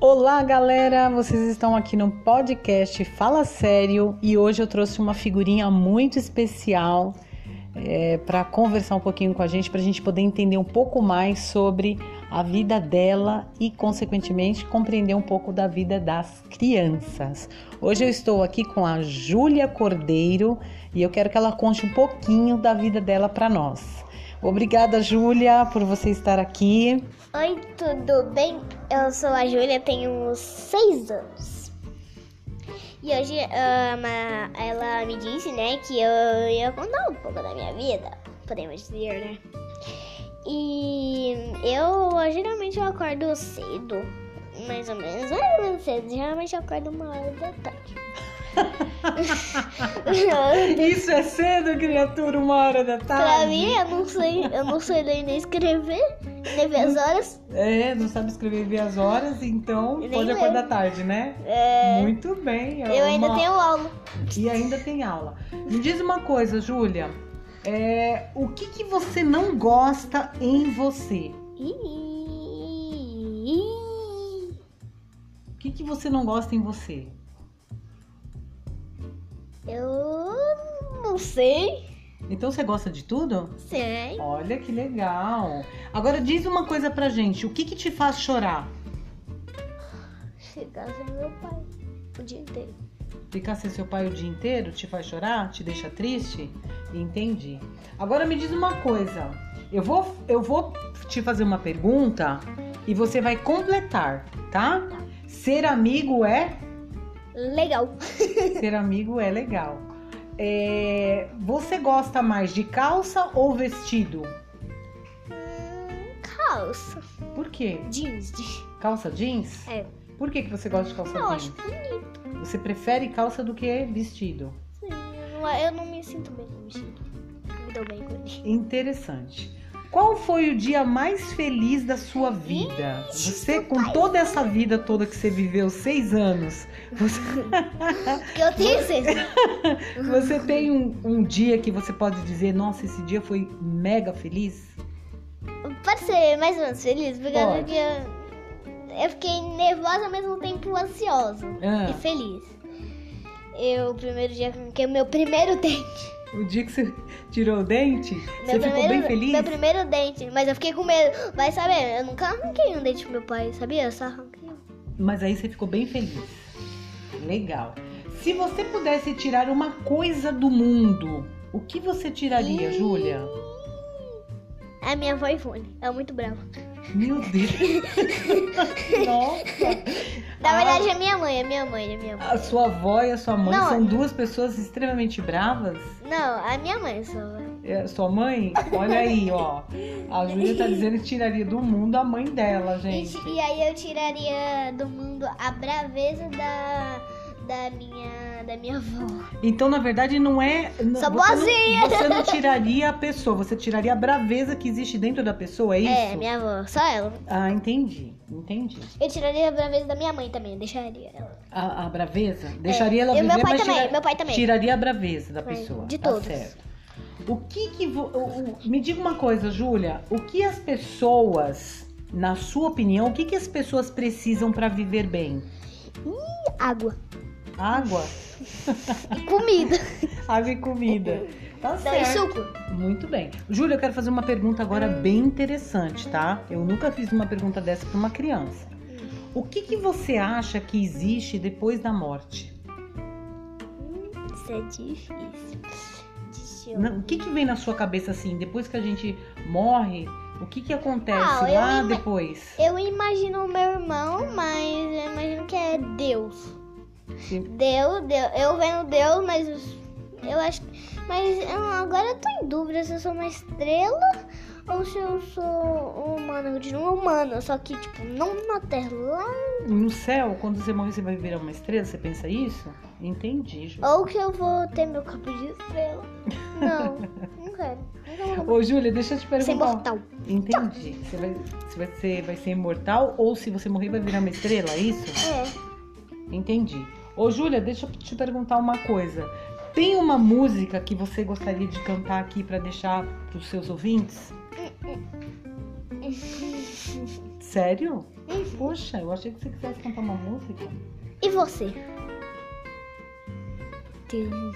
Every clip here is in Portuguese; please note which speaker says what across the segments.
Speaker 1: Olá, galera! Vocês estão aqui no podcast Fala Sério e hoje eu trouxe uma figurinha muito especial é, para conversar um pouquinho com a gente, para a gente poder entender um pouco mais sobre a vida dela e, consequentemente, compreender um pouco da vida das crianças. Hoje eu estou aqui com a Júlia Cordeiro e eu quero que ela conte um pouquinho da vida dela para nós. Obrigada, Júlia, por você estar aqui.
Speaker 2: Oi, tudo bem? Eu sou a Júlia, tenho 6 anos. E hoje ama- ela me disse, né, que eu ia contar um pouco da minha vida, podemos dizer, né? E eu eu geralmente eu acordo cedo, mais ou menos, É, mais ou menos cedo. Geralmente eu acordo uma hora da tarde.
Speaker 1: Isso é cedo, criatura, uma hora da tarde.
Speaker 2: pra mim, eu não sei, eu não sei ler nem escrever, nem ver as horas.
Speaker 1: É, não sabe escrever e ver as horas, então
Speaker 2: Nem
Speaker 1: pode
Speaker 2: eu.
Speaker 1: acordar tarde, né?
Speaker 2: É,
Speaker 1: Muito bem. é
Speaker 2: eu ainda
Speaker 1: uma-
Speaker 2: tenho aula.
Speaker 1: E ainda tem aula. Me diz uma coisa, Júlia. É, o que, que você não gosta em você?
Speaker 2: Ih,
Speaker 1: O que, que você não gosta em você?
Speaker 2: Eu não sei. é
Speaker 1: Então você gosta de tudo?
Speaker 2: Sei.
Speaker 1: Olha que legal. Agora diz uma coisa pra gente. O que, que te faz chorar?
Speaker 2: Ficar sem meu pai o dia inteiro.
Speaker 1: Ficar sem seu pai o dia inteiro te faz chorar? Te deixa triste? Entendi. Agora me diz uma coisa. Eu vou, eu vou te fazer uma pergunta e você vai completar, tá? Ser amigo é?
Speaker 2: Legal.
Speaker 1: Ser amigo é legal. É, você gosta mais de calça ou vestido?
Speaker 2: Hum, calça.
Speaker 1: Por quê?
Speaker 2: Jeans. jeans.
Speaker 1: Calça jeans?
Speaker 2: É.
Speaker 1: Por que, que você gosta de calça
Speaker 2: Eu
Speaker 1: jeans?
Speaker 2: acho bonito.
Speaker 1: Você prefere calça do que vestido?
Speaker 2: Sim, eu não- é, Eu não me sinto bem com o vestido. Eu Me dou bem com ele.
Speaker 1: Interessante. Qual foi o dia mais feliz da sua vida? Você, com toda essa vida toda que você viveu, seis anos, você,
Speaker 2: Porque eu tenho certeza.
Speaker 1: você tem um, um dia que você pode dizer, nossa, esse dia foi mega feliz?
Speaker 2: Pode ser mais ou menos feliz, porque eu-
Speaker 1: Pode.
Speaker 2: eu, eu fiquei nervosa ao mesmo tempo ansiosa.
Speaker 1: Ah,
Speaker 2: E feliz. Eu, o primeiro dia que é meu primeiro dente.
Speaker 1: o dia que você tirou o dente, você
Speaker 2: Meu
Speaker 1: ficou
Speaker 2: primeiro,
Speaker 1: bem feliz?
Speaker 2: Meu primeiro dente, mas eu fiquei com medo. Mas sabe, eu nunca arranquei um dente pro meu pai, sabia? Eu só arranquei um.
Speaker 1: Mas aí você ficou bem feliz. Legal. Se você pudesse tirar uma coisa do mundo, o que você tiraria,
Speaker 2: Ih.
Speaker 1: Júlia?
Speaker 2: A minha avó Ivone, ela é muito brava.
Speaker 1: Meu Deus. Nossa.
Speaker 2: Na
Speaker 1: Ah.
Speaker 2: verdade, é minha mãe, é minha mãe, é minha mãe.
Speaker 1: A sua avó e a sua mãe
Speaker 2: Não,
Speaker 1: são
Speaker 2: eu-
Speaker 1: duas pessoas extremamente bravas?
Speaker 2: Não, a minha mãe só. vai.
Speaker 1: É, sua mãe? Olha aí, ó. A Júlia tá dizendo que tiraria do mundo a mãe dela,
Speaker 2: E,
Speaker 1: gente.
Speaker 2: ti- e aí eu tiraria do mundo a braveza da, da minha da minha avó.
Speaker 1: Então, na verdade, não é. n-
Speaker 2: Sou
Speaker 1: você, não, você não tiraria a pessoa, você tiraria a braveza que existe dentro da pessoa, é isso?
Speaker 2: É, minha avó, só ela.
Speaker 1: Ah, entendi, entendi.
Speaker 2: Eu tiraria a braveza da minha mãe também, eu deixaria ela.
Speaker 1: A, a braveza? Deixaria ela
Speaker 2: É. e o meu
Speaker 1: viver,
Speaker 2: pai
Speaker 1: mas
Speaker 2: também,
Speaker 1: tira-
Speaker 2: meu pai também.
Speaker 1: tiraria a braveza da pessoa.
Speaker 2: de
Speaker 1: tá
Speaker 2: todos.
Speaker 1: certo. O que que... vo- o- o- me diga uma coisa, Júlia. O que as pessoas, na sua opinião, o que, que as pessoas precisam pra viver bem?
Speaker 2: Água.
Speaker 1: Água?
Speaker 2: E comida.
Speaker 1: Água e comida. Tá
Speaker 2: Não, e
Speaker 1: certo.
Speaker 2: suco.
Speaker 1: Muito bem. Júlia, eu quero fazer uma pergunta agora
Speaker 2: Hum.
Speaker 1: bem interessante, tá? Eu nunca fiz uma pergunta dessa pra uma criança.
Speaker 2: Hum.
Speaker 1: O que que você acha que existe depois da morte?
Speaker 2: Isso é difícil. Deixa eu.
Speaker 1: Não, o que que vem na sua cabeça assim, depois que a gente morre, o que que acontece
Speaker 2: Ah, eu
Speaker 1: lá
Speaker 2: ima-
Speaker 1: depois?
Speaker 2: Eu imagino o meu irmão, mas eu imagino que é Deus.
Speaker 1: Sim.
Speaker 2: Deus, Deus. Eu vendo Deus, mas eu acho. Mas eu- agora eu tô em dúvida se eu sou uma estrela ou se eu sou humana. Eu continuo humana, só que, tipo, não na Terra. lá.
Speaker 1: No céu, quando você morre, você vai virar uma estrela? Você pensa isso? Entendi, Ju.
Speaker 2: Ou que eu vou ter meu corpo de estrela. Não, não quero. Não quero.
Speaker 1: Ô, Júlia, deixa eu te
Speaker 2: Ser
Speaker 1: perguntar. um-
Speaker 2: mortal.
Speaker 1: Entendi. Você vai, você vai ser, vai ser imortal ou se você morrer vai virar uma estrela, é isso?
Speaker 2: É.
Speaker 1: Entendi. Ô, Júlia, deixa eu te perguntar uma coisa. Tem uma música que você gostaria de cantar aqui pra deixar pros seus ouvintes? Sério?
Speaker 2: Uhum.
Speaker 1: Poxa, eu achei que você quisesse cantar uma música.
Speaker 2: E você?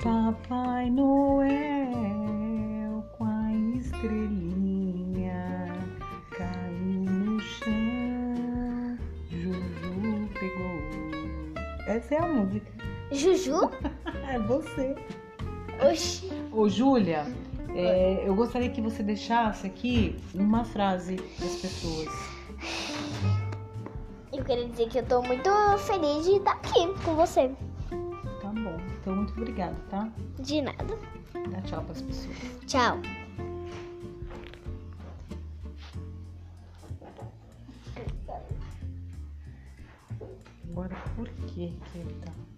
Speaker 1: Papai Noel Tá com a estrelinha caiu no chão. Juju pegou. Essa é a música.
Speaker 2: Juju?
Speaker 1: É você.
Speaker 2: Oxi.
Speaker 1: Ô, Júlia, é, eu gostaria que você deixasse aqui uma frase para as pessoas.
Speaker 2: Eu queria dizer que eu tô muito feliz de estar aqui com você.
Speaker 1: Tá bom. Então, muito obrigada, tá?
Speaker 2: De nada.
Speaker 1: Dá tchau para as pessoas.
Speaker 2: Tchau.
Speaker 1: Agora, por que que ele tá...